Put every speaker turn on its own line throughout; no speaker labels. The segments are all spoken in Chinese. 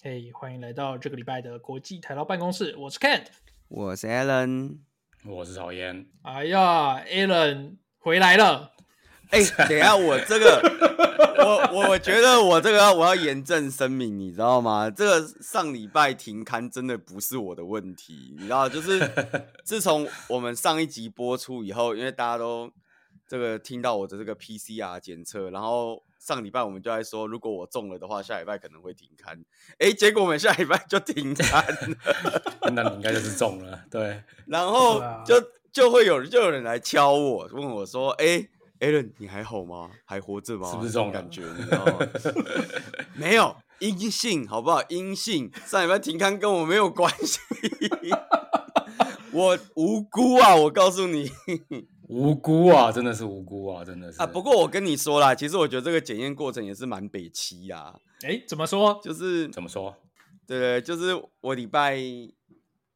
嘿、欢迎来到这个礼拜的国际台劳办公室，我是 Kent。
我是 Alan。
我是讨厌，
哎呀，Alan 回来了，
哎、等一下，我这个，我我我觉得我这个要我要严正声明，你知道吗？这个上礼拜停刊真的不是我的问题，你知道，就是 自从我们上一集播出以后，因为大家都这个听到我的这个 PCR 检测，然后上礼拜我们就在说，如果我中了的话，下礼拜可能会停刊。哎、结果我们下礼拜就停刊了。
那你应该就是中了，对，
然后
对啊
就就会有就有人来敲我，问我说：“哎、a l a n 你还好吗？还活着吗？”
是不是
这种
中了
感觉？你知道吗？ 没有阴性，好不好？阴性，上礼拜停刊跟我没有关系， 我无辜啊！我告诉你
无辜啊，真的是无辜啊，真的是
啊，不过我跟你说啦，其实我觉得这个检验过程也是蛮北齐啦，
哎，怎么说？
就是
怎么说？
对对，就是我礼拜，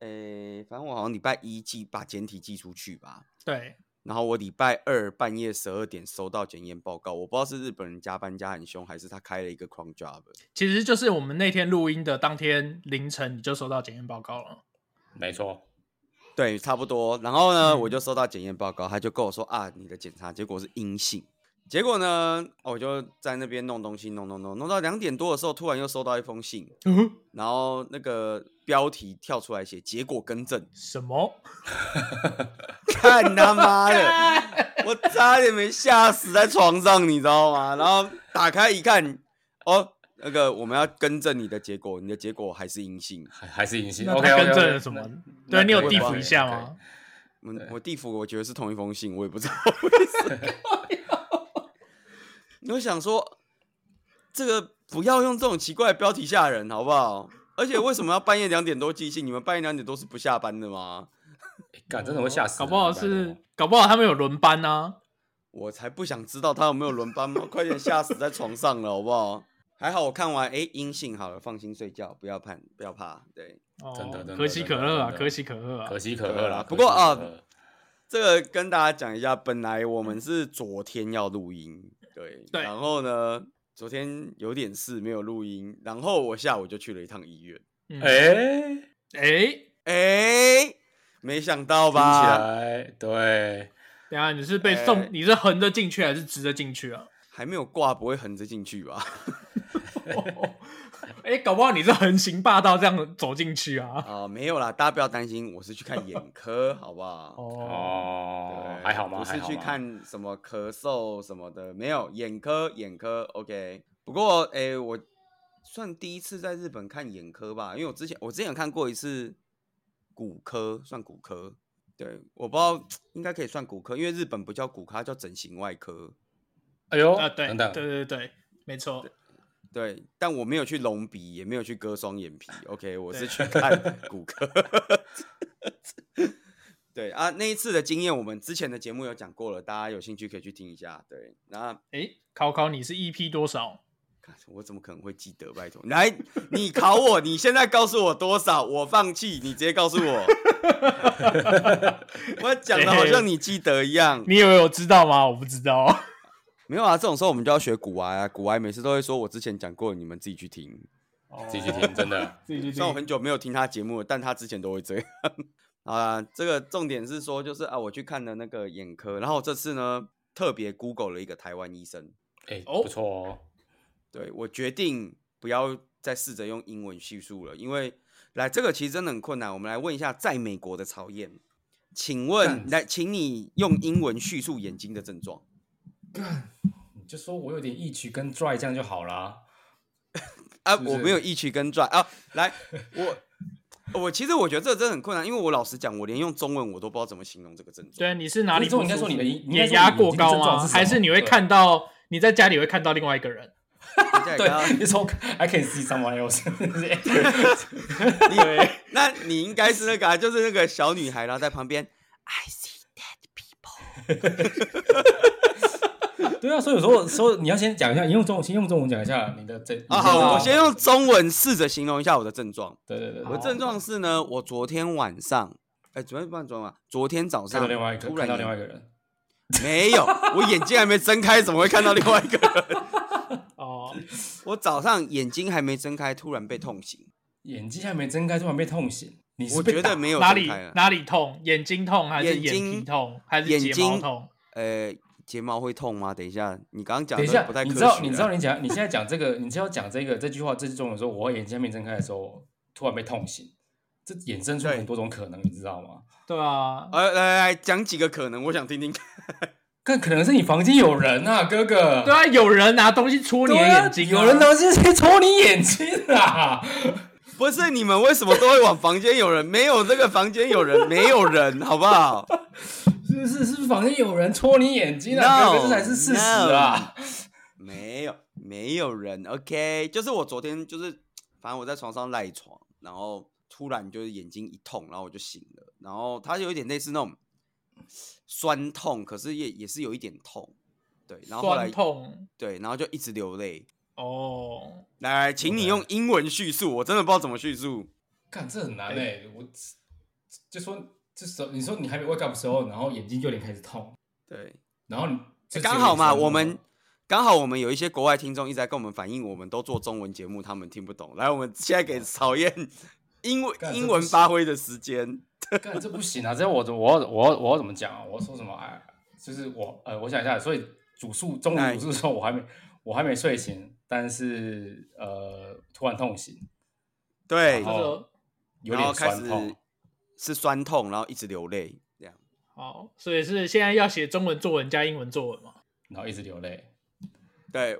呃、反正我好像礼拜一寄把简体寄出去吧，
对，
然后我礼拜二半夜十二点收到检验报告，我不知道是日本人加班加很凶，还是他开了一个 c r o n job。
其实就是我们那天录音的当天凌晨，你就收到检验报告了。
没错，
对，差不多。然后呢，
嗯
我就收到检验报告，他就跟我说啊，你的检查结果是阴性。结果呢，我就在那边弄东西，弄弄弄，弄到两点多的时候，突然又收到一封信，
嗯，
然后那个标题跳出来写“结果更正
什么？”，
看他妈的！ 我差点没吓死在床上，你知道吗？然后打开一看，哦，那个我们要更正你的结果，你的结果还是阴性。
还还是隐形。
那
OK，
他更正了什么？对你有
可以
地
吧
府一下吗？
我
对
我地府我觉得是同一封信，我也不知道为什么。你会想说，这个不要用这种奇怪的标题吓人，好不好？而且为什么要半夜两点多寄信？你们半夜两点多是不下班的吗？
哎干真的会吓死
搞
人，
不好
拜
是
托，
搞不好他们有轮班啊呢、
我才不想知道他有没有轮班吗？快点吓死在床上了，好不好？还好我看完，哎、阴性好了，放心睡觉，不要怕，不要怕。对，
哦，
真的真的
可喜可贺啊，
真的
可喜可贺啊
哦可。喜可贺啦。
不过啊
可喜可贺
这个跟大家讲一下，本来我们是昨天要录音，对，
对
然后呢，昨天有点事没有录音，然后我下午就去了一趟医院，
嗯
哎，
哎，
哎、没想到
好吧，起
吧，
来，对，
等一下你是被送，
哎
你是横着进去还是直着进去啊？
还没有挂，不会横着进去吧？
哎、搞不好你是横行霸道这样走进去啊？
啊、没有啦，大家不要担心，我是去看眼科，好不好？
哦，
哦
对，
还好吗？
不
还
是
好
去
吗，
看什么咳嗽什么的，没有眼科，眼科 OK。不过，哎、我算第一次在日本看眼科吧，因为我之前我之前有看过一次骨科，算骨科。对，我不知道，应该可以算骨科，因为日本不叫骨科，它叫整形外科。
哎呦，
啊，对，
等
对
等，
对对，没错，
对，但我没有去隆鼻，也没有去割双眼皮。OK，我是
对
去看骨科。对啊，那一次的经验，我们之前的节目有讲过了，大家有兴趣可以去听一下。对，那
哎、考考你是 EP 多少？
干我怎么可能会记得？拜托，来，你考我，你现在告诉我多少，我放弃，你直接告诉我。 我讲的好像你记得 一样，
你以为我知道吗？我不知道。
没有啊？这种时候我们就要学古玩啊，古玩每次都会说我之前讲过，你们自己去听。
继续听， 真的，
自己去
虽然我
听。
很久没有听他节目了，但他之前都会这样。 啊，这个重点是说，就是啊，我去看了那个眼科，然后这次呢特别 Google 了一个台湾医生，
哎，
哦
不错哦，
对我决定不要再试着用英文叙述了，因为来这个其实真的很困难。我们来问一下，在美国的曹燕，请问
干
来，请你用英文叙述眼睛的症状。
你就说我有点意曲跟 dry 这样就好啦。
啊，
是不
我
是
没有一曲跟转啊， 来，我我其实我觉得这真的很困难，因为我老实讲，我连用中文我都不知道怎么形容这个症 状。
对，你是哪里
这种
不
应该
舒
说你
服
的你应该
眼
说
压
你
过
你的
高
症状
吗？
是什
还是
么
你会
对
看到你在家里会看到另外一个人？
大家也不要
对，你从 I can see someone else，
对，
那你应该是那个、啊，就是那个小女孩，然后在旁边。I see dead people。
对啊，所以有时候说你要先讲一下，你用中文先用中文讲一下你的这
啊，好，我先用中文试着形容一下我的症状。
对对对，
我
好
的症状是呢，我昨天晚上，哎、昨天晚上嘛，昨天早
看
上
到另外一个，
突
看
然
到另外一个人，
没有，我眼睛还没睁开，怎么会看到另外一个人？
哦 哦，
我早上眼睛还没睁开，突然被痛醒，
眼睛还没睁开，突然被痛醒。你是
我
被
觉
打
得没有
哦哪
睁
里
开啊了，
哪里痛？眼睛痛还是
眼睛
皮痛还是
眼
睫毛
睛
痛？
呃，睫毛会痛吗？等一下，你刚刚讲
等一
的
下
不太，
你
科
知
学
道
啊。
你知道你讲你现在讲这个，你知道讲这个这句话这句中文说，我眼睛还没睁开的时候，突然被痛醒，这衍生出
对
很多种可能，你知道吗？
对啊，
呃，来来来讲几个可能，我想听听看。
更可能是你房间有人啊，哥哥。
对啊，有人拿东西戳你的
对啊
眼睛啊，
有人拿这些戳你眼睛啊！
不是你们为什么都会往房间有人？没有这个房间有人，没有人，好不 好？
是不是？是不是房间有人戳你眼睛啊
No，
哥哥，这才是事实啊！
没有，没有人。OK，就是我昨天就是，反正我在床上赖床，然后突然就是眼睛一痛，然后我就醒了，然后它有一点类似那种酸痛，可是也也是有一点痛，对，然后后来
酸痛
对，然后就一直流泪。
哦。
来来，请你用英文叙述，我真的不知道怎么叙述。
看这很难哎、我就说这时候你说你还没 wake up 的时候，然后眼睛就有点开始痛，
对，
然后你就
哎刚好嘛，
只有眼睛
我们刚好我们有一些国外听众一直在跟我们反映，我们都做中文节目，他们听不懂。来，我们现在给曹燕英 文
干这
英
不
文
行
发挥的时间。
干这不行啊！这我怎我要我要我要怎么讲啊？我要说什么？哎，就是我呃，我想一下，所以主诉中午
哎
主诉的时候，我还没我还没睡醒，但是呃，突然痛醒，
对
这，
好
个
有
然后
点
开
酸
始
痛。
是酸痛，然后一直流泪，这样。
好，所以是现在要写中文作文加英文作文嘛？
然后一直流泪，
对，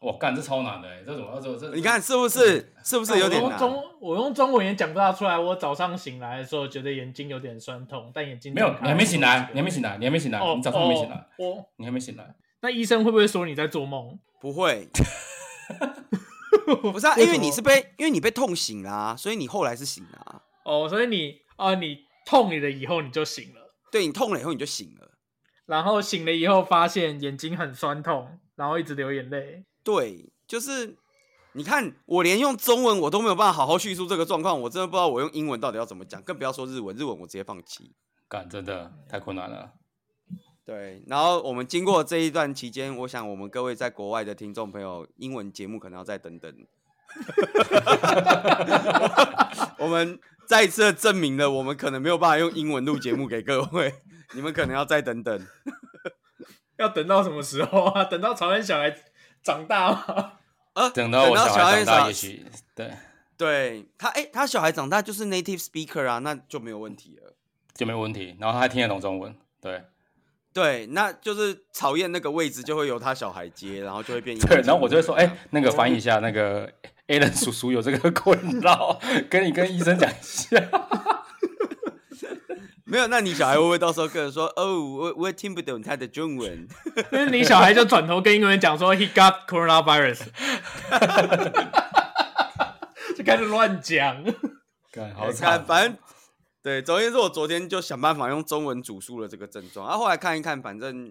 我干这超难的、欸，这怎么这这
你看是不是？是不是有点
我用
难？
中我用中文也讲不大出来。我早上醒来的时候觉得眼睛有点酸痛，但眼睛
没有？
睁开
你还没醒来，你还没醒来，你还没醒来，
哦，
你早上还没醒
哦
来，
我
你还没醒来，
那医生会不会说你在做梦？
不会， 不是啊，因为你是被因为你被痛醒啦、所以你后来是醒啦、
哦，所以你啊、你痛了以后你就醒了，
对你痛了以后你就醒了。
然后醒了以后发现眼睛很酸痛，然后一直流眼泪。
对，就是你看，我连用中文我都没有办法好好叙述这个状况，我真的不知道我用英文到底要怎么讲，更不要说日文，日文我直接放弃。
干真的太困难了。
对，然后我们经过这一段期间，我想我们各位在国外的听众朋友，英文节目可能要再等 等。我们再一次地证明了，我们可能没有办法用英文录节目给各位，你们可能要再等等。
要等到什么时候啊？等到朝鲜小孩长大吗？
呃，
等到我小孩
孩
长大，也许对
对他，哎、他小孩长大就是 native speaker 啊，那就没有问题了。
就没有问题。然后他还听得懂中文，对
对，那就是曹燕那个位置就会由他小孩接，然后就会变英文
对。然后我
节
就会
目
说，
这
哎、
样
那个翻译一下，那个 A 人叔叔有这个困扰，跟你跟医生讲一下。
没有，那你小孩会不会到时候跟人说， 哦，我我听不懂他的中文？
就是你小孩就转头跟英国人讲说 he got coronavirus，就开始乱讲。
干
哎
好惨
看，
哦，
反正对，总而言之，我昨天就想办法用中文主述了这个症状，然、啊、后后来看一看，反正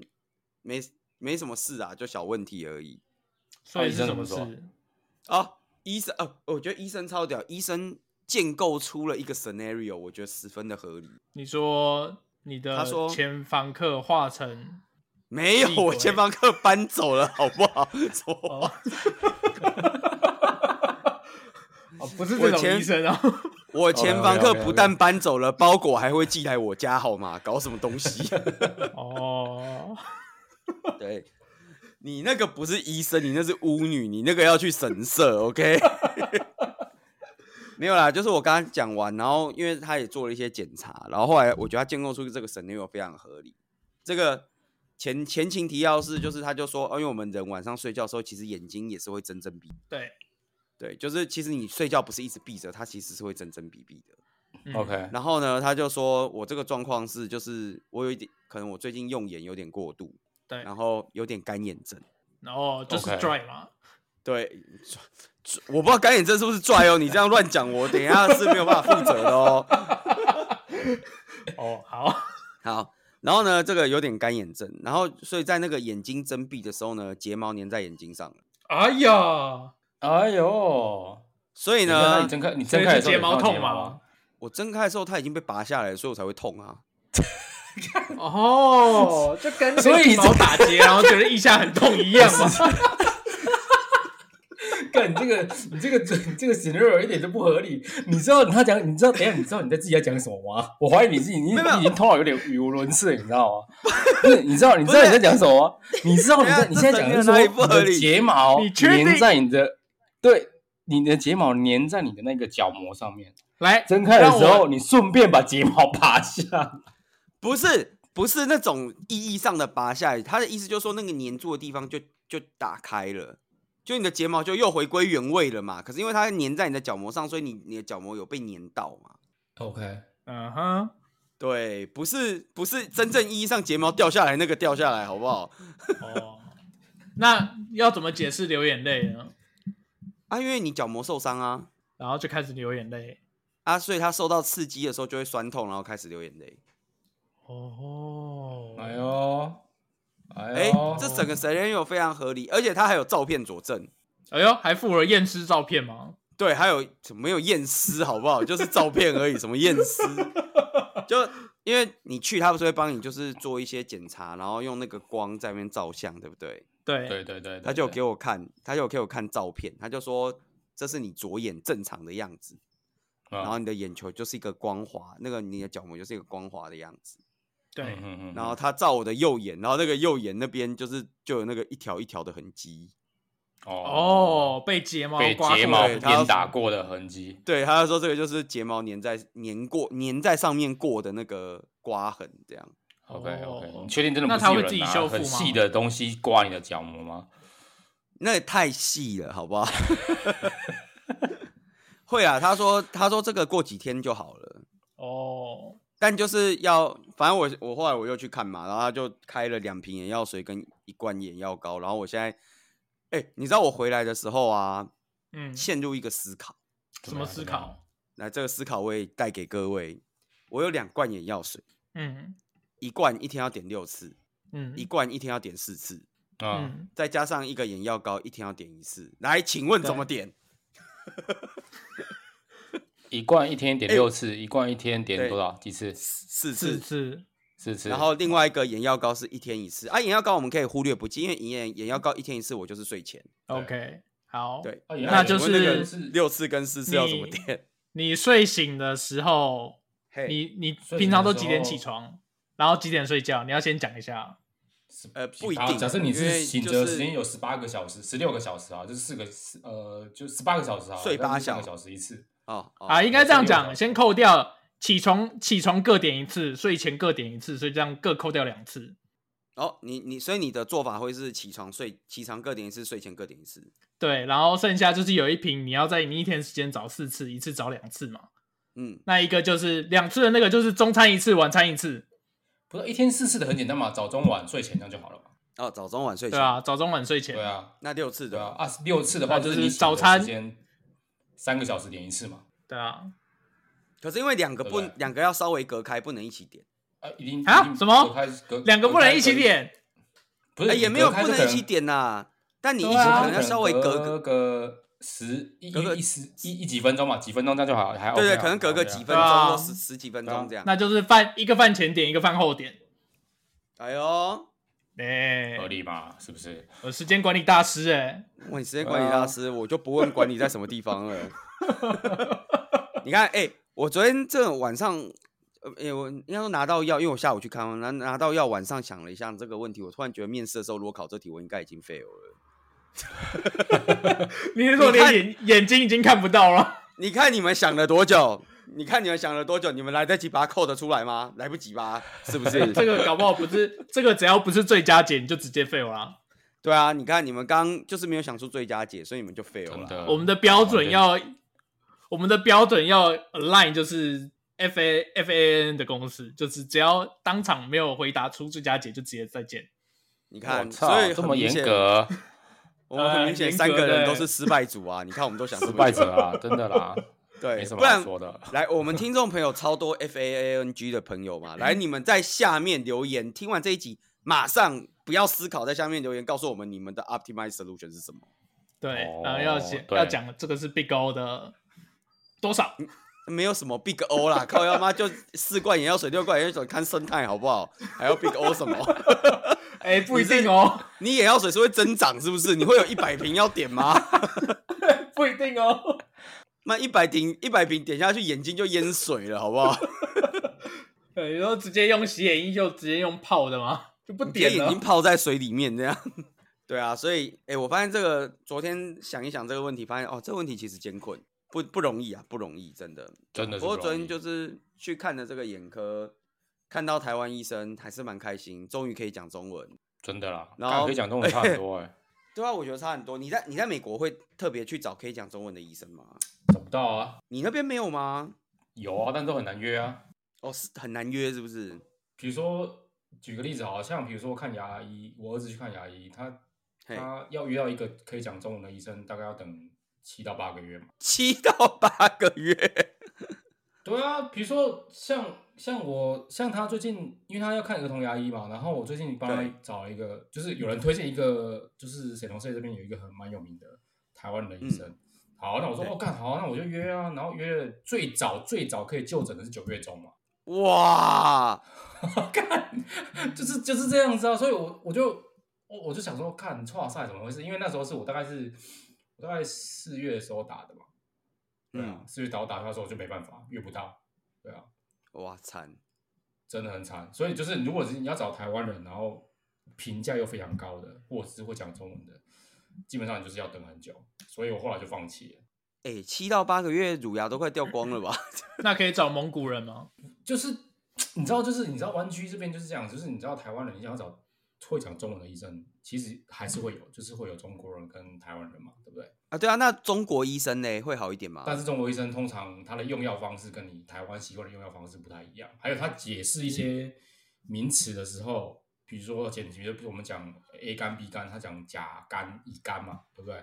没没什么事啊，就小问题而已。
所以是什么
医生怎么
事？
哦，医生，哦，我觉得医生超屌，医生建构出了一个 scenario，我觉得十分的合理。
你说你的
他说
前房客化成
没有
厉，
我
鬼
前房客搬走了，好不好？ 什么
哦，哦不是
我
这种
前
医生啊，
我前房客
OK，OK，OK
不但搬走了包裹，还会寄来我家，好吗？搞什么东西？
哦，
对，你那个不是医生，你那是巫女，你那个要去神社，OK？没有啦，就是我刚刚讲完，然后因为他也做了一些检查，然后后来我觉得他建构出这个 scenario 非常合理。这个前前情提要是，就是他就说，哦，因为我们人晚上睡觉的时候，其实眼睛也是会睁睁闭，
对、
对，就是其实你睡觉不是一直闭着，它其实是会睁睁闭闭的。
嗯
OK，
然后呢，他就说我这个状况是，就是我有一点，可能我最近用眼有点过度，
对，
然后有点干眼症。
然后就是
OK
dry 嘛，
对，我不知道干眼症是不是拽哦，你这样乱讲，我等一下是没有办法负责的哦。
哦，好，
好，然后呢，这个有点干眼症，然后所以在那个眼睛睁闭的时候呢，睫毛粘在眼睛上了，
哎呀，
哎呦，
所以
你看那
呢
你，睁开，你
所
睁
以
开
是
的时
睫
候有看
毛
到
痛
睫毛吗
嘛？？
我睁开的时候它已经被拔下来了，所以我才会痛啊。
哦，就跟
所以
哦 毛打结，然后觉得腋下很痛一样嘛。
干你这个你这个 你这个 scenario 一点都不合理。你知道他讲，你知道等一下你知道你在自己在讲什么吗？我怀疑你自己，你
没有没有
你已经头脑有点语无伦次了，你知 道吗？不是，你知道你知道你在讲什么吗？你知道你在
等
你
一下
现在讲的
这
是
整个哪里
说
不
你
合
的
理
睫毛
你确定
粘在你的对。你的睫毛粘在你的那个角膜上面，
来，
睁开的时
让
候，
我
你顺便把睫毛拔下。
不是不是那种意义上的拔下来，他的意思就是说那个粘住的地方就就打开了，就你的睫毛就又回归原位了嘛。可是因为它粘在你的角膜上，所以你你的角膜有被粘到嘛。
OK，
嗯哼，
对，不是不是真正意义上睫毛掉下来那个掉下来，好不好？
哦，那要怎么解释流眼泪呢？
啊，因为你角膜受伤啊
然后就开始流眼泪。
啊，所以它受到刺激的时候就会酸痛，然后开始流眼泪。
哦，
哎呦，哎
哎、
呦，
这整个 s c e 非常合理，而且它还有照片佐证。
哎呦，还附了验尸照片吗？
对，还有什么没有验尸，好不好？就是照片而已，什么验尸？就因为你去，他不是会帮你就是做一些检查，然后用那个光在那边照相，对不对？
对，
对对对，对
他就有
对
给我看，他就有给我看照片，他就说这是你左眼正常的样子，然后
啊
你的眼球就是一个光滑，那个你的角膜就是一个光滑的样子。
对
嗯，嗯嗯
然后他照我的右眼，然后那个右眼那边就是就有那个一条一条的痕迹。
哦，被睫毛
被
刮
睫
过
毛
来
对他
鞭打过的痕迹。
对，他就说这个就是睫毛粘在粘过粘在上面过的那个刮痕，这样。
OK OK，
哦
你确定真的
那
不是
他
有
会
人
自己
拿
修
很
复吗
细的东西刮你的角膜吗？
那也太细了，好不 好？会啊，他说他说这个过几天就好了，
哦，
但就是要，反正我我后来我又去看嘛，然后他就开了两瓶眼药水跟一罐眼药膏，然后我现在，哎、你知道我回来的时候啊，
嗯，
陷入一个思考，
什么思考？
来这个思考我也带给各位，我有两罐眼药水，
嗯
一罐一天要点六次，
嗯
一罐一天要点四次，
怎么样？嗯，
嗯，
再加上一个眼药膏一天要点一次，来，请问怎么点？
一罐一天点六次，一罐一天点
哎对
多少几次？
四
是
次。
是，
四次。
然后另外一个眼药膏是一天一次啊，眼药膏我们可以忽略不计，因为眼眼药膏一天一次，我就是睡前。
OK，好，
对，
哦
那就
请问那个
是
六次跟四次要怎么点？
你睡醒的时候，
嘿，
你你
睡醒
平常
的
都
时
几点起
候
床？然后几点睡觉？你要先讲一下。
呃不一定
好假设你
因
是
为
醒
就
着
是
时间有十八个小时、十六个小时啊，就是四个呃，就十八个小时啊，
睡八
小
小
个小时一次。
哦，哦
啊，应该这样
睡六
讲，先扣掉起床起床各点一次，睡前各点一次，所以这样各扣掉两次。
哦，你你所以你的做法会是起床睡起床各点一次，睡前各点一次。
对，然后剩下就是有一瓶，你要在你一天时间找四次，一次找两次嘛。
嗯，
那一个就是两次的那个就是中餐一次，晚餐一次，
不是一天四次的很简单嘛，早中晚睡前这样就好了嘛。
哦，早中晚睡
对
前，
吧、啊？早中晚睡前。
对啊，
那六次
对
的
啊
吧，，
二十六次的话
那就是
你醒
早
的
餐
时间三个小时点一次嘛，
对啊
可是因为两个不
对不对
两个要稍微隔开，不能一起点。
啊，一定
啊
一定
什么
隔开隔
两个不能一起，点，
隔开跟不
哎，
是
也没有
隔开
不
就
能
可
一起点呐，但你一
对
起
啊
可能要稍微隔个，
隔个十一
隔个
一一十一一几分钟嘛，几分钟这样就好，还 OK
对对，
啊
可能隔个几分
对啊
钟或十十几分钟这样。
那就是饭一个饭前点，一个饭后点。
哎呦，
哎、
合理嘛，是不是？
我时间管理大师哎、
问你时间管
啊
理大师，我就不问管理在什么地方 了。你看，哎、我昨天这晚上，呃，哎、我应该说拿到药，因为我下午去看完，拿拿到药，晚上想了一下这个问题，我突然觉得面试的时候，如果考这题，我应该已经 fail 了。
你是说
你
连
看
眼眼睛已经看不到了？
你看你们想了多久？你看你们想了多久？你们来得及把它扣得出来吗？来不及吧？是 不是？
这个搞不好不是这个，只要不是最佳解，你就直接 fail 啦。
对啊，你看你们刚就是没有想出最佳解，所以你们就 fail
真
了。啊
的，
呃
哦
我们的标准要，我们的标准要 align 就是 F A F A N 的公式，就是只要当场没有回答出最佳解，就直接再见。
你
我
看，
操
所以，
这
很
么
明
严
显，
格，哎
我们很明
呃
显
严格
三个
对
人都是失败组啊！你看我们都想
失
失
败
败
者 啊，真的啦，
对
没，什
不
么好
然
说的。
来，我们听众朋友超多 F A A N G 的朋友嘛，来，你们在下面留言，听完这一集，马上不要思考，在下面留言告诉我们你们的 Optimize Solution 是什么。
对，嗯
哦
然后要写
对
要讲这个是 Big O 的多少？
没有什么 Big O 啦，靠要妈就四罐眼药水，六罐眼药水看生态好不好？还要 Big O 什么？
哎、不一定哦。
你眼药水是会增长是不是？你会有一百瓶要点吗？
不一定哦。
那一百顶一百瓶点下去，眼睛就淹水了，好不好？
对，然后直接用洗眼液就直接用泡的吗？就不
你直接
点
眼
了
睛。泡在水里面这样。对啊，所以哎、诶我发现这个昨天想一想这个问题，发现哦，这个问题其实艰困，不不容易啊，不容易，真的。
真的是
不过
不
昨
容
天
易
就是去看的这个眼科，看到台湾医生还是蛮开心，终于可以讲中文。
真的啦，
然
干
后
可以讲中文差 很多哎、
对啊，我觉得差很多。你在你在美国会特别去找可以讲中文的医生吗？
找不到啊，
你那边没有吗？
有啊，但都很难约啊。
哦，是很难约是不是？
比如说，举个例子好了，像比如说看牙医，我儿子去看牙医，他
嘿，
他要约到一个可以讲中文的医生，大概要等七到八个月嘛。
七到八个月。
对啊，比如说像像我像他最近，因为他要看儿童牙医嘛，然后我最近帮
对
他找了一个，就是有人推荐一个，就是沈龙社这边有一个很蛮有名的台湾的医生。好，那我
嗯
说
对
哦，干好啊，那我就约啊，然后约了最早最早可以就诊的是九月中嘛。
哇，
干，就是就是这样子啊，所以我我就我我就想说，看错赛怎么回事？因为那时候是我大概是我大概四月的时候打的嘛，对啊
嗯，
四、月打我打的时候我就没办法约不到，对啊，
嗯哇惨，
真的很惨。所以就是如果是你要找台湾人，然后评价又非常高的，或者是会讲中文的，基本上你就是要等很久。所以我后来就放弃了。
哎、七到八个月乳牙都快掉光了吧？
那可以找蒙古人吗？
就是你知道，就是你知道湾区这边就是这样，就是你知道台湾人你想要找会讲中文的医生，其实还是会有，就是会有中国人跟台湾人嘛，对不对？
啊，对啊，那中国医生呢会好一点吗？
但是中国医生通常他的用药方式跟你台湾习惯的用药方式不太一样，还有他解释一些名词的时候，比如说简直就我们讲 A 肝 B 肝，他讲甲肝乙肝嘛，对不对？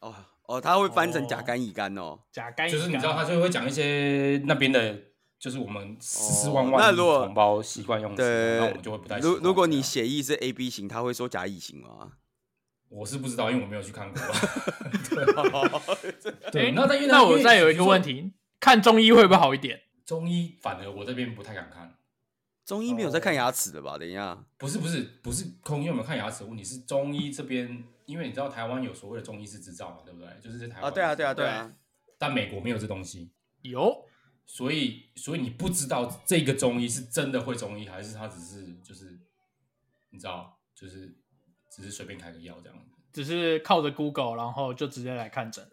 哦哦，他会翻成甲
哦
肝乙肝哦。
甲肝
就是你知道他就会讲一些那边的。就是我们十四万
哦
万
那如果
同胞习惯用词，嗯啊那我
对
们就会不太，习
如
惯。
如果
对
你
啊
血液是 A B 型，他会说甲乙型吗？
我是不知道，因为我没有去看 过。
哎，
对，那但因为
那我再有一
因
个
为
问题，看中医会不会好一点？
中医反而我这边不太敢看。
中医没有在
哦
看牙齿的吧？等一下，
不是不是不是空医有没有看牙齿的问题，是中医这边，因为你知道台湾有所谓的中医师执照嘛，对不对？就是在台湾
啊，对啊，对啊，
对
对啊，
但美国没有这东西，
有，
所以所以你不知道这个中医是真的会中医，还是他只是就是你知道就是只是随便开个药这样子。
只是靠着 Google，然后就直接来看诊。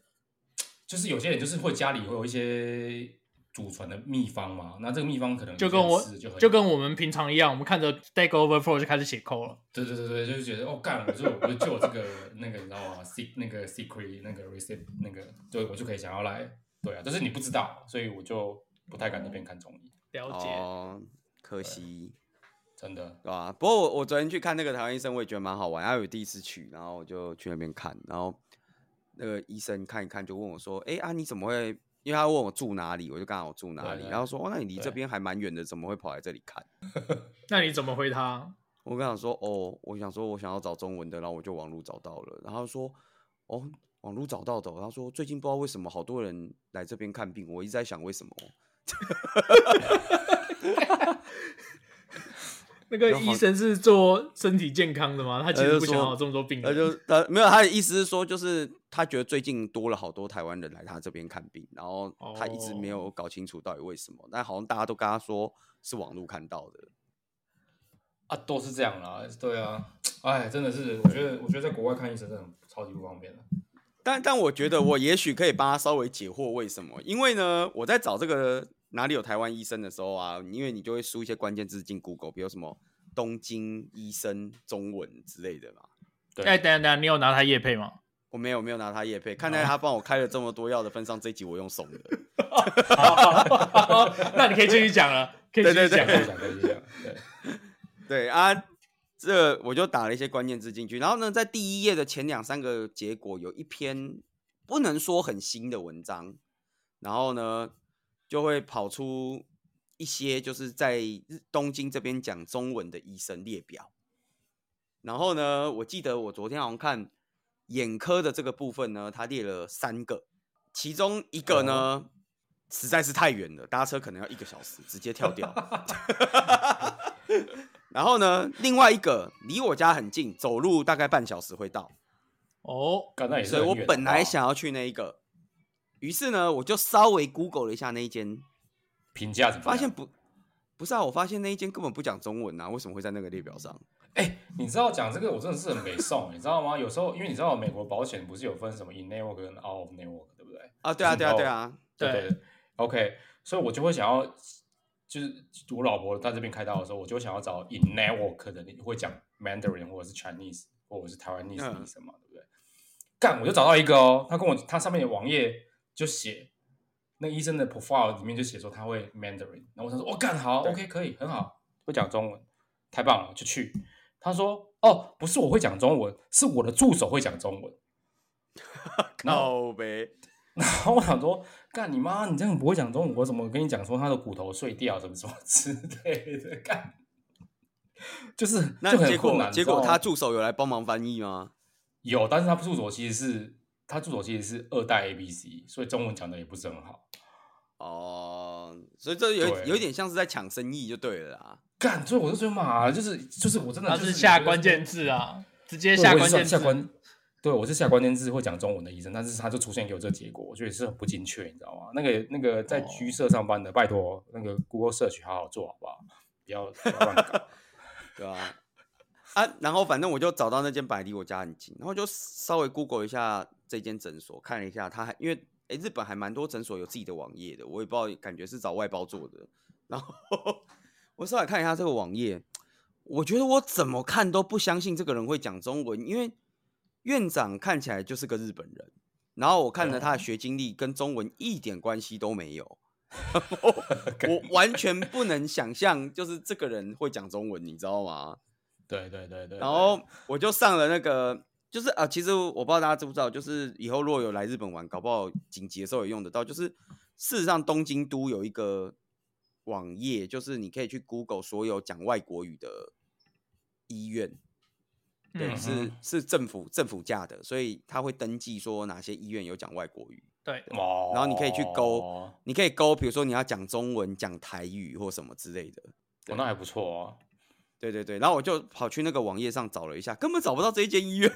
就是有些人就是会家里会有一些祖传的秘方嘛，那这个秘方可能
就跟我
有些人吃就很
就跟我们平常一样，我们看着 Stack Overflow 就开始写 code 了。
对对对对，就是觉得哦，干，我就我就就有这个那个你知道吗？sec 那个 secret 那个 receipt 那个，对我就可以想要来，对啊，但是你不知道，所以我就不太敢那边看中医，
了解，
哦，可惜，
真的。
对吧、不过我我昨天去看那个台湾医生，我也觉得蛮好玩。他有第一次去，然后我就去那边看，然后那个医生看一看，就问我说：“哎、啊，你怎么会？”因为他问我住哪里，我就刚好住哪
对
里，
对
然后说：“哦，那你离这
对
边还蛮远的，怎么会跑来这里看？”
那你怎么回他？
我跟他说，哦，我想说我想要找中文的，然后我就网络找到了，然后他说，哦，网络找到的哦，然后说最近不知道为什么好多人来这边看病，我一直在想为什么，
那个医生是做身体健康的吗？他其
他
实
就
不想
说
要这么多病
他
人。
呃就他没有他的意思是说，就是他觉得最近多了好多台湾人来他这边看病，然后他一直没
哦
有搞清楚到底为什么，但好像大家都跟他说是网络看到的，
啊，都是这样啦，对啊，哎，真的是，我觉得，我觉得在国外看医生真的很超级不方便的。
但但我觉得我也许可以帮他稍微解惑为什么，因为呢，我在找这个哪里有台湾医生的时候啊，因为你就会输一些关键字进 Google，比如什么东京医生中文之类的嘛。
对，
哎，等一下等一下，你有拿他叶配吗？
我没有没有拿他叶配，看在他帮我开了这么多药的份上，这一集我用送的。
那你可以继续讲了，可以继续
对对
讲
可以
了。
讲可以讲，对，
对啊，这我就打了一些关键字进去，然后呢，在第一页的前两三个结果有一篇不能说很新的文章，然后呢就会跑出一些就是在日东京这边讲中文的医生列表，然后呢，我记得我昨天好像看眼科的这个部分呢，它列了三个，其中一个呢。实在是太远了，搭车可能要一个小时，直接跳掉。然后呢，另外一个离我家很近，走路大概半小时会到，
哦，
干那也是
所以
很
我
远哦
本
好不
来
好
想要去那一个，于是呢，我就稍微 Google 了一下那一间，
评价怎么样
发现不不是啊，我发现那一间根本不讲中文啊，为什么会在那个列表上？
哎、你知道讲这个我真的是很没送，你知道吗？有时候因为你知道美国保险不是有分什么 in network 跟 out of network，对不对？
啊，对啊，对啊，对啊，
对
对对，OK，所以我就会想要，就是我老婆在这边开刀的时候，我就想要找 in network 的，你会讲 Mandarin 或者是 Chinese 或者是台湾 n e s e
嗯
女生嘛，对不对？干，我就找到一个哦，他跟我他上面的网页就写。那医生的 profile 里面就写说他会 Mandarin，然后我想说，我、哦、干好
对
，OK 可以，很好，会讲中文，太棒了，就去。他说：“哦，不是我会讲中文，是我的助手会讲中文。”然后，
靠呗，
然后我想说：“干你妈！你这样不会讲中文，我怎么跟你讲说他的骨头碎掉，什么什么之类的？干，就是
那
就很
结
困
果
难。
结
你知道
果
吗
他助手有来帮忙翻译吗？
有，但是他助手其实是他助手其实是二代 A B C，所以中文讲的也不是很好。
哦，所以这有
对
有一点像是在抢生意就对了啦。
干，所以我就觉得妈，就是就是我真的
他
就是是
下
觉得
关
说
键字啊，直接
对
下
我
关
也是
键字
下。关，对我是下关键字会讲中文的医生，但是他就出现给我这个结果，我觉得也是很不精确，你知道吗？那个那个在
哦
居社上班的，拜托那个 Google Search 好好做好不好？不要不要乱搞。
对啊，啊，然后反正我就找到那间百离我家很近，然后就稍微 Google 一下这间诊所，看了一下它还因为诶日本还蛮多诊所有自己的网页的，我也不知道，感觉是找外包做的。然后我稍微看一下这个网页，我觉得我怎么看都不相信这个人会讲中文，因为院长看起来就是个日本人，然后我看了他的学经历跟中文一点关系都没有。我完全不能想象，就是这个人会讲中文，你知道吗？
对对对对，
然后我就上了那个，就是啊，其实我不知道大家知不知道，就是以后如果有来日本玩，搞不好紧急的时候也用得到。就是事实上，东京都有一个网页，就是你可以去 Google 所有讲外国语的医院，对，
嗯
是
哼
是政府政府架的，所以他会登记说哪些医院有讲外国语。
对，
对哦，
然后你可以去勾你可以勾，比如说你要讲中文、讲台语或什么之类的。
哦，那还不错哦。
对对对，然后我就跑去那个网页上找了一下，根本找不到这一间医院。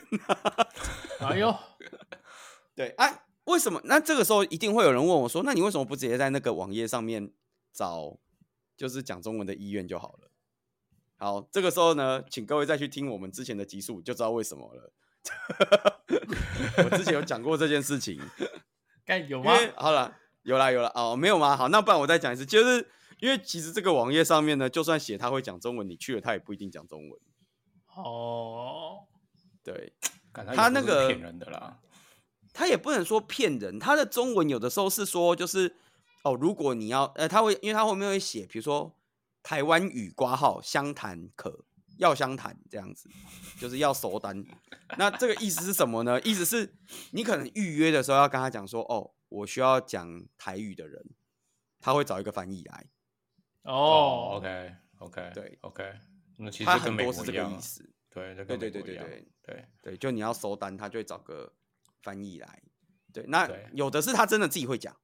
哎呦，
对啊，为什么？那这个时候一定会有人问我说：“那你为什么不直接在那个网页上面找，就是讲中文的医院就好了？”好，这个时候呢，请各位再去听我们之前的集数，就知道为什么了。 我之前有讲过这件事情，
该 有
因
吗？
为好了，有啦有啦，哦，没有吗？好，那不然我再讲一次，就是因为其实这个网页上面呢，就算写他会讲中文，你去了他也不一定讲中文。
哦，
对，
干
他
有时候
那
是
个
骗人的啦，
他也不能说骗人，他的中文有的时候是说就是哦，如果你要呃，他会因为他后面会写，比如说台湾语挂号湘潭可要湘潭这样子，就是要熟单。那这个意思是什么呢？意思是你可能预约的时候要跟他讲说哦，我需要讲台语的人，他会找一个翻译来，
哦，
，OK OK，
对
OK，那其实
他
就跟
很
美
多是
国一
这个
样
意
啊，
思。
对，
对
就跟
对
美
对
国
对
一样，啊
对
对
对，就你要收单，他就会找个翻译来。对，那
对
有的是他真的自己会讲。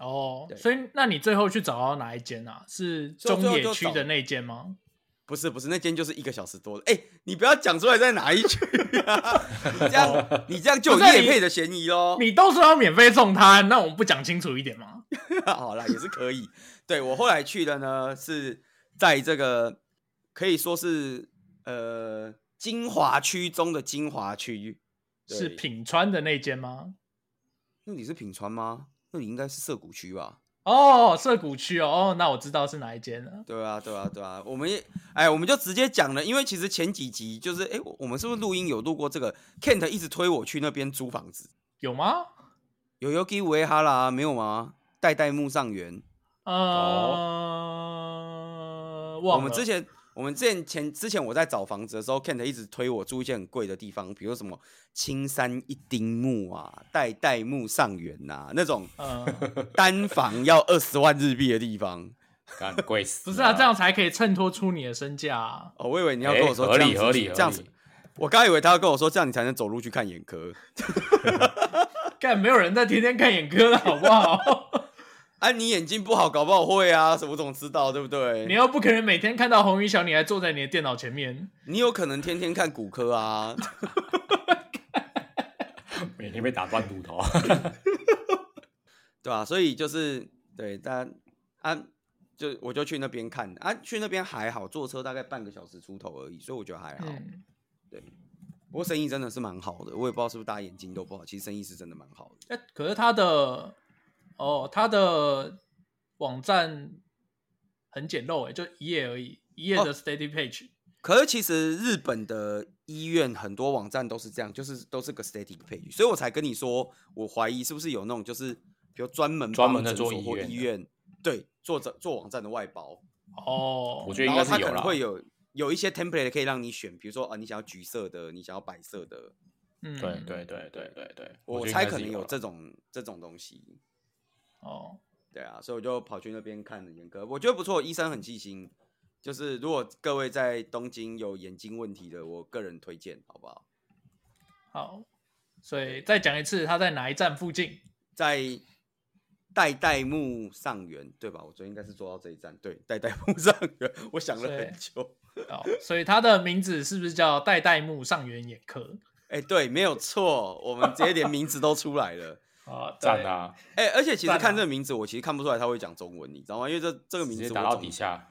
哦，
对
所以那你最后去找到哪一间啊？是中
最后
野
就
区
找
的那间吗？
不是不是，那间就是一个小时多的。哎、你不要讲出来在哪一区、啊，你这样你这样就有
哦不是啊
夜
你
配的嫌疑喽。
你都说要免费送餐，那我们不讲清楚一点吗？
好啦，也是可以。对我后来去的呢，是在这个可以说是呃精华区中的精华区。对
是品川的那间吗？
那你是品川吗？那你应该是涩谷区吧？
哦，涩谷区哦，哦，那我知道是哪一间了。
对啊，对啊，对啊，我们也哎，我们就直接讲了，因为其实前几集就是哎，我我们是不是录音有录过这个？Kent 一直推我去那边租房子，
有吗？
有 Yogi 维哈啦，没有吗？代代木上原，
呃，忘了。
哦我们之前我们之前前之前我在找房子的时候，Kent 一直推我住一些很贵的地方，比如什么青山一丁目啊、代代木上原呐、那种
呃，
单房要二十万日币的地方。
干 贵死
不
了。
是啊，这样才可以衬托出你的身价啊。
哦，我以为你
你
要跟我说
哎合
这样
理
子
合理合
这样
理
子。我刚以为他要跟我说这样你才能走路去看眼科，
干，没有人在天天看眼科了，好不 好？
啊，你眼睛不好，搞不好会啊，什么总知道对不对？
你
你
又不可能每天看到红衣小女孩坐在你的电脑前面。
你有可能天天看骨科啊，
啊 每天被打断骨头，
对吧、所以就是对，但啊，就我就去那边看啊，去那边还好，坐车大概半个小时出头而已，所以我觉得哎还好。
嗯，
不过生意真的是蛮好的，我也不知道是不是大家眼睛都不好，其实生意是真的蛮好的。
哎、可是他的哦，他的网站很简陋哎、就一页而已，一
哦
页的 steady page，、
可是其实日本的医院很多网站都是这样，就是都是个 static page，所以我才跟你说，我怀疑是不是有那种就是比如专门
专
帮
门在
诊
做
所
医
或
院
医
的
院对做这做网站的外包，
哦，
我觉得
得
应
然
该
后
是
它
有
可能
啦。
会有有一些 template 可以让你选，比如说啊，你想要橘色的，你想要白色的，
嗯
对对对对对对，
我
觉得
猜
应该
可
是
能
有
有
啦
这种这种东西。
哦，
对啊，所以我就跑去那边看了眼科，我觉得不错，医生很细心。就是如果各位在东京有眼睛问题的，我个人推荐，好不好？
好，所以再讲一次，他在哪一站附近？
在代代木上元，对吧？我昨天应该是做到这一站，对，代代木上元，我想了很久。
哦，所以他的名字是不是叫代代木上元眼科？
哎、对，没有错，我们直接连名字都出来了。
啊，对
赞！啊，
哎、而且其实
赞啊
看这个名字，我其实看不出来他会讲中文，你知道吗？因为这这个
直
名
接
字
打
我
到
总
底下。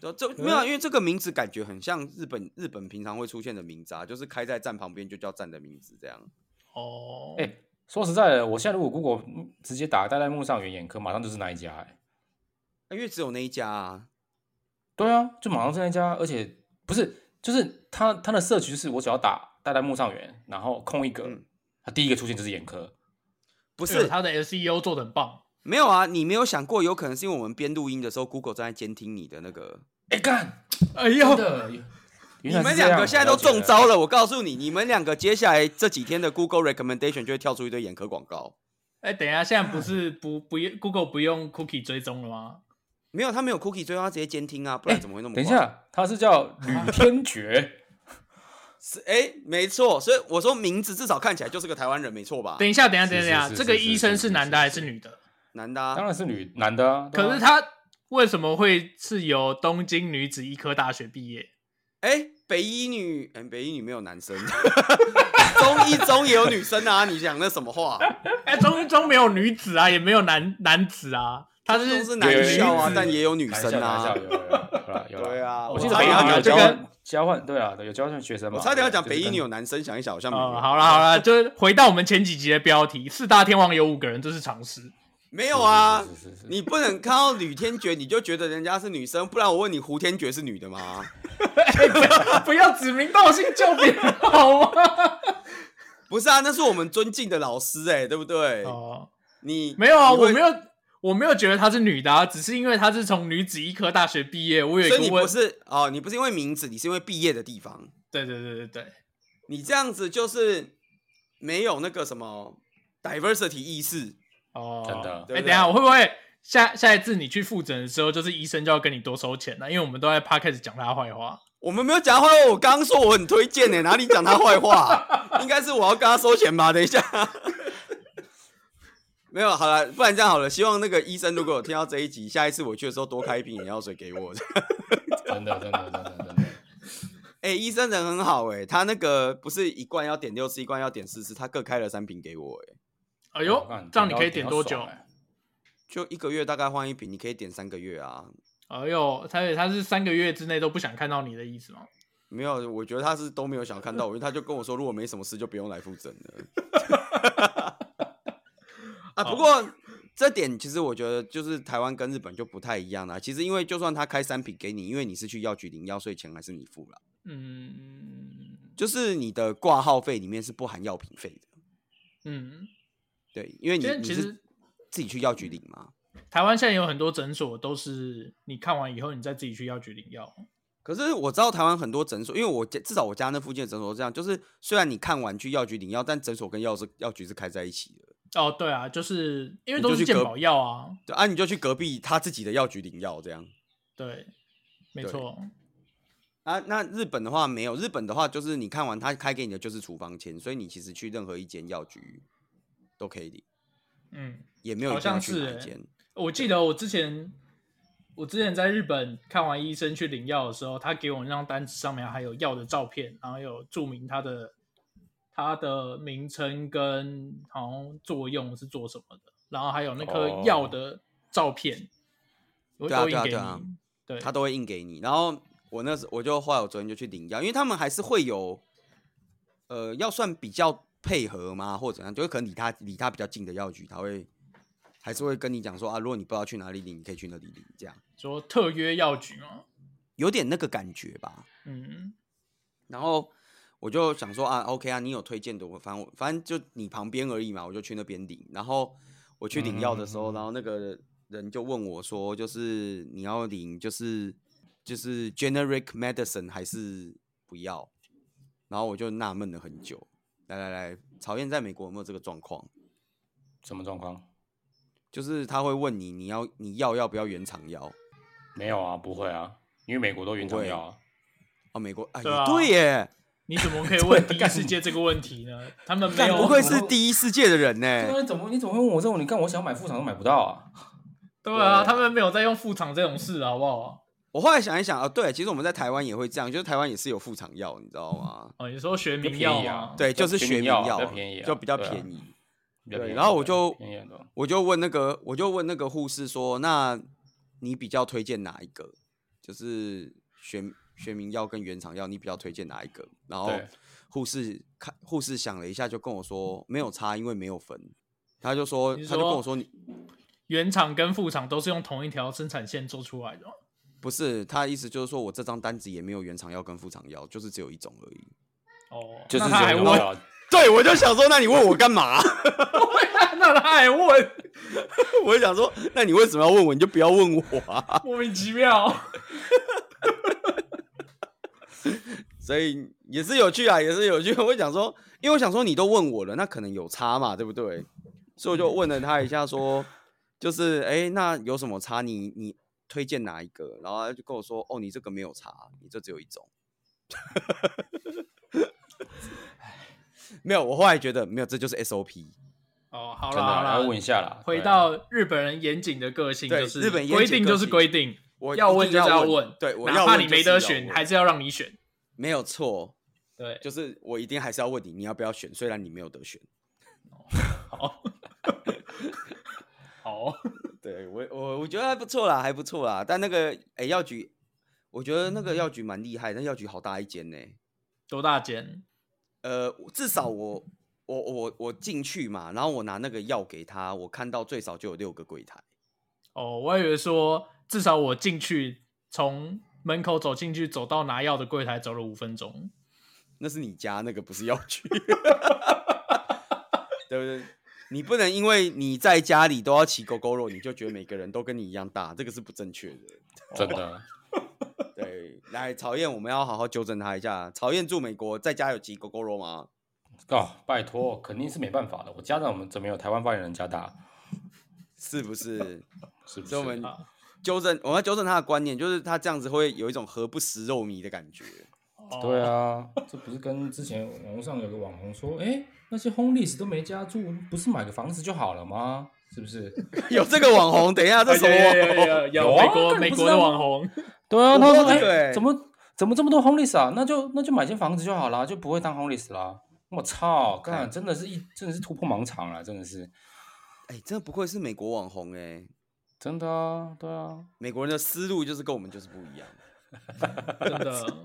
对，这没有啊，因为这个名字感觉很像日本日本平常会出现的名字啊，就是开在站旁边就叫站的名字这样。
哦，
哎、说实在的，我现在如果 Google 嗯直接打代代木上原眼科，马上就是那一家、哎，
啊因为只有那一家啊，
对啊，就马上是那一家，而且不是，就是他他的社区就是我只要打代代木上原，然后空一个
嗯，
他、第一个出现就是眼科。
不
对啊
是
他哎的 SEO 做的很棒，
没有啊，你没有想过，有可能是因为我们边录音的时候，Google 正在监听你的那个。
哎、干，
哎
真
呦，
的，
你
你们两个现在都中招了，我告诉你，你们两个接下来这几天的 Google recommendation 就会跳出一堆眼科广告。
哎、等一下，现在不是不不用 Google 不用 Cookie 追踪了吗？
没有，他没有 cookie，所以他直接监听啊，不然怎么会那么、
等一，下，他是叫吕天 爵，
是哎、没错，所以我说名字至少看起来就是个台湾人，没错吧？
等一下，等一下，等一下，
是是
这个医生
是是
是
是
男
是
的还是女的？
男的、啊，
当然是女男的啊。对啊
可是他为什么会是由东京女子医科大学毕业？
哎、北医女，哎、北医女没有男生， 中医中也有女生啊！你讲那什么话？
哎、中中没有女子啊，也没有男男子啊，他
中
是
是
有
男
有
校
女
啊
子，
但也 有女
男校
生啊
男校。有有有有啦有啦
对啊
我记得
我
北
差
医
点
女
要
有
讲这
交
个
换交换，对啊，有交换学生嘛。
我差点要讲
就是
北医
跟
女有男生，想一想好像没有。
哦，好了好了，就是回到我们前几集的标题，四大天王有五个人，这是常识。
没有啊
是？是是是
你不能看到吕天爵你就觉得人家是女生，不然我问你胡天爵是女的吗？
哎不要指名道姓叫别人好吗？
不是啊，那是我们尊敬的老师哎、对不 对？
哦，
你
没有啊，
你会
我没有，我没有觉得她是女的、啊，只是因为她是从女子医科大学毕业，我有一
所以
个
你
问
不，是哦，你不是因为名字，你是因为毕业的地方。
对对对对对，
你这样子就是没有那个什么 diversity 意识。
哦，
真的
哎、
对不对
等一下我会不会下下一次你去复诊的时候，就是医生就要跟你多收钱了？因为我们都在 p 开始讲他坏话。
我们没有讲坏话，我刚刚说我很推荐呢、哪里讲他坏话、啊 应该是我要跟他收钱吧？等一下， 没有好了，不然这样好了。希望那个医生如果有听到这一集，下一次我去的时候多开一瓶眼药水给我。
真的真的真的真的，
哎、医生人很好哎、他那个不是一罐要点六次，一罐要点四次，他各开了三瓶给我哎、
哎呦
哦
我看，
这样你可以
点
点
到
多
点到
久？
爽欸
就一个月大概换一瓶，你可以点三个月啊。
哎呦，他他是三个月之内都不想看到你的意思吗？
没有，我觉得他是都没有想要看到我，因为他就跟我说，如果没什么事就不用来复诊了。 啊，不过这点其实我觉得就是台湾跟日本就不太一样啦。其实因为就算他开三瓶给你，因为你是去药局领药，所以钱还是你付啦。
嗯
就是你的挂号费里面是不含药品费的，
嗯，
对，因为你
其实
你
其
是
实
自己去药局领嘛。
台湾现在有很多诊所都是你看完以后，你再自己去药局领药。
可是我知道台湾很多诊所，因为我家至少我家那附近的诊所是这样，就是虽然你看完去药局领药，但诊所跟药是药局是开在一起的。
哦，对啊，就是因为
你
都
就是去
健
隔
保药啊，
对啊，你就去隔壁他自己的药局领药这样。
对，没
对
错，
啊，那日本的话没有，日本的话就是你看完他开给你的就是处方签，所以你其实去任何一间药局都可以领，
嗯。
也没有
好
一定要
像
去
是
哪
欸
一间。
我记得我之前，我之前在日本看完医生去领药的时候，他给我那张单子上面还有药的照片，然后有注明它的它的名称跟好像作用是做什么的。然后还有那颗药的照片，我
哦对啊
都印
对啊
给
对啊
你。对，
他都会印给你。然后我那时我就后来我昨天就去领药，因为他们还是会有，呃，要算比较配合吗，或者怎样，就是可能离他离他比较近的药局，他会还是会跟你讲说啊，如果你不知道去哪里领，你可以去那里领，这样
说特约药局嘛，
有点那个感觉吧。
嗯，
然后我就想说啊，OK 啊，你有推荐的，我反正我反正就你旁边而已嘛，我就去那边领。然后我去领药的时候，
嗯
然后那个人就问我说，就是你要领就是就是 generic medicine 还是不要？然后我就纳闷了很久。来来来，曹燕在美国有没有这个状况？
什么状况？
就是他会问你，你要你要要不要原厂药？
没有啊，不会啊，因为美国都原
不
厂
会
药啊。
哦，美国哎，
对啊
对耶，
你怎么可 以问第一
干
世界这个问题呢？他们没
啊干
有，啊
不
我
愧是第一世界的人
对啊，
呢。
你怎么你怎么会问我这种？你看我想买副厂都买不到啊。
对啊，
对
他们没有在用副厂这种事，好不好？
我后来想一想啊，对，其实我们在台湾也会这样，就是台湾也是有副厂药，你知道吗？
哦，你说学
就
名
便
药
宜啊
吗？
对，
就
就是
便
学
宜
名
药
药，
比较便宜啊
就比较
对啊
便宜。
比较
对
便宜
然后我就
便宜很多。
我就问那个，我就问那个护士说，那你比较推荐哪一个？就是学学名药跟原厂药，你比较推荐哪一个？然后
对
护士看护士想了一下，就跟我说没有差，因为没有分。他就说，
你是
他就跟我
说
说你
原厂跟副厂都是用同一条生产线做出来的嘛，
不是，他的意思就是说我这张单子也没有原厂药跟副厂药，就是只有一种而已。
哦，
就是
那他还
原厂
问，
药啊
对，我就想说，那你问我干嘛？
那他还问，
我就想说，那你为什么要问我？你就不要问我啊。
莫名其妙。
所以也是有趣啊，也是有趣。 我想说，因为我想说你都问我了，那可能有差嘛，对不对？所以我就问了他一下说就是哎、诶那有什么差？你你推荐哪一个？然后他就跟我说，哦，你这个没有差，你这只有一种。 没有，我后来觉得没有，这就是 SOP。
哦，好
真
了
的
好
啊要问
了
一，下啦。
回
对啊
到日本人严谨的个性，
对
就是
日本严
规
谨
定就是
个性
规定，
我
要
一
问
定
就是
要
问，
对，我
哪
要
怕
问
你
就是
没得
要
选，
问
还是要让你选。
没有错，
对，
就是我一定还是要问你，你要不要选？虽然你没有得选。
好，好，
对我我我觉得还不错啦，还不错啦。但那个哎药局，我觉得那个药局蛮厉害，那药局好大一间呢、
多大间？
呃，至少我我我我进去嘛，然后我拿那个药给他，我看到最少就有六个柜台。
哦，我以为说至少我进去，从门口走进去，走到拿药的柜台走了五分钟。
那是你家那个，不是药局， 对不对？你不能因为你在家里都要骑狗狗肉，你就觉得每个人都跟你一样大，这个是不正确的。
真的
对，来曹燕，我们要好好纠正他一下。曹燕住美国，在家有骑狗狗肉吗？
哦，拜托，肯定是没办法的。我家长我们怎么有台湾发言人家大？
是不是？
是不是？
所以我们
啊
纠正，我们要纠正他的观念，就是他这样子会有一种何不食肉糜的感觉。
哦
对，啊，
这不是跟之前网络上有个网红说，哎、那些 homeless 都没家住，不是买个房子就好了吗？是不是？
有这个网红，等一下，这
有
什么网
有
红？
有有
有啊
哎美国
干你
美
不
国
知
的
道吗
网红，
对啊，
我不
他
知
说
道
哎、
这个欸
怎么怎么这么多 homeless 啊？那就那就买间房子就好啦，就不会当 homeless 啦。我操，干，真的是一真的是突破盲肠了，真的是
哎，真的不愧是美国网红哎、
真的啊，对啊，
美国人的思路就是跟我们就是不一样。
真的。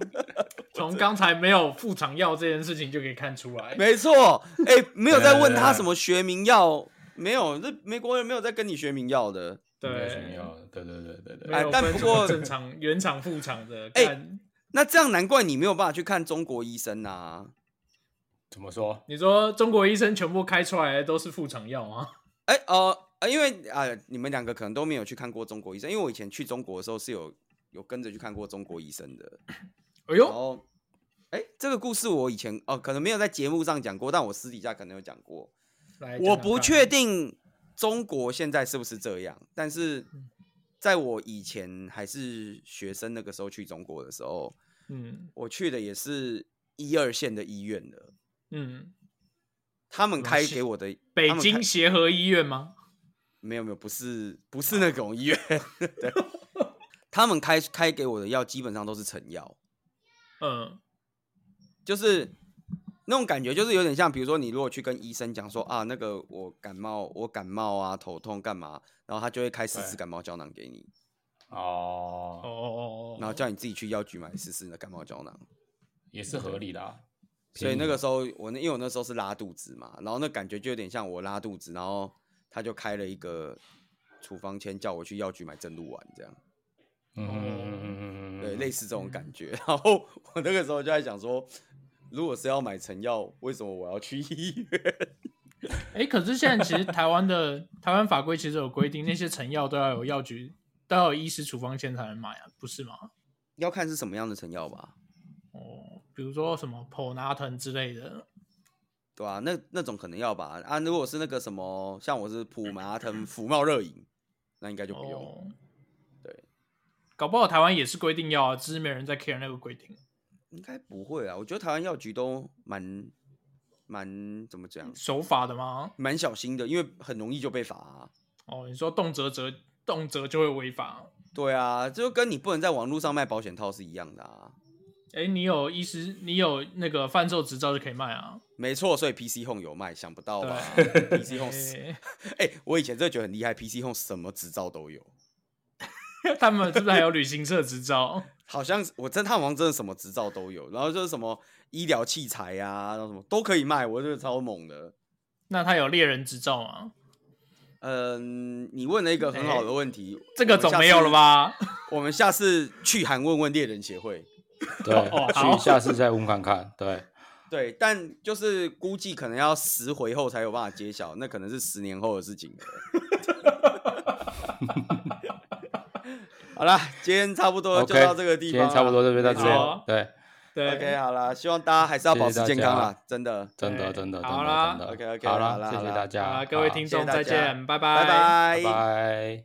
从刚才没有副厂药这件事情就可以看出来，
没错，哎、没有在问
对对
他
对
什么学名药，没有，这美国人没有在跟你学名药的。
没有
对
什，么要的，对对对对对
没有
哎但
分
不
什么
过
正常 原厂副厂的，
哎
干
那这样难怪你没有办法去看中国医生啊！
怎么说？
你说中国医生全部开出来的都是副厂药吗？
哎、哦、呃，因为啊、你们两个可能都没有去看过中国医生，因为我以前去中国的时候是有有跟着去看过中国医生的。
哎
然
呦，
后，哎、这个故事我以前哦，可能没有在节目上讲过，但我私底下可能有讲过。
来
我不确，定中国现在是不是这样，但是在我以前还是学生那个时候去中国的时候，
讲讲看嗯
我去的也是一二线的医院了。
嗯，
他们
什么
开
是
给我的
北
他们开
京协和医院吗？
没有没有，不是不是那种医院， 对，他们开开给我的药基本上都是成药，
嗯，
就是那种感觉就是有点像，比如说你如果去跟医生讲说啊，那个我感冒，我感冒啊，头痛干嘛，然后他就会开四
对
支感冒胶囊给你，
哦
哦，
哦哦，
然后叫你自己去药局买四支的感冒胶囊。
也是合理的、啊。
所以那
便宜
个时候我那因为我那时候是拉肚子嘛，然后那感觉就有点像我拉肚子，然后他就开了一个处方签叫我去药局买正露丸这样，
嗯嗯嗯嗯嗯
哦
嗯嗯，
对，类似这种感觉。 然后我那个时候就在想说，如果是要买成药，为什么我要去医院？
哎，可是现在其实台湾的 台湾法规其实有规定，那些成药都要有药局，都要有医师处方签才能买啊，不是吗？
要看是什么样的成药吧，
哦，比如说什么 p o n a t o n 之类的，
对啊，那那种可能要吧。啊，如果是那个什么，像我是普麻疼福茂热饮，那应该就不用。
哦，
对，
搞不好台湾也是规定要啊，只是没人在 care 那个规定，
应该不会啊。我觉得台湾药局都蛮蛮怎么讲，
守法的吗？
蛮小心的，因为很容易就被罚、啊。
哦，你说动辄折动辄就会违法。
对啊，就跟你不能在网络上卖保险套是一样的啊。
哎，你有医师，你有那个贩售执照就可以卖啊。
没错，所以 PC Home 有卖，想不到吧？PC Home，是
诶
哎、我以前真的觉得很厉害，PC Home 什么执照都有，
他们是不是还有旅行社执照？
好像是我真他好像真的什么执照都有，然后就是什么医疗器材啊，然后什么都可以卖，我觉得超猛的。
那他有猎人执照吗？
嗯，你问了一个很好的问题，
哎这个总没有了？吧？
我们下次去韩问问猎人协会。
对，
哦好
去下次再问看看。对，
对，但就是估计可能要十回后才有办法揭晓，那可能是十年后的事情了好啦，今天差不多
OK，
就到这个地
今
方啦
天差不多就到这
好啊
边。对，
对
OK，好啦，希望大家还是要保持
谢
健康
谢大
啦，真的，
真的
对
真的真的
好啦
真的。
OK，OK，
好
好啦
了，谢
好
谢
啦
大
好
家
啦，各位
好
听
谢谢
众
大
再
家
见，拜
拜
拜
拜
拜。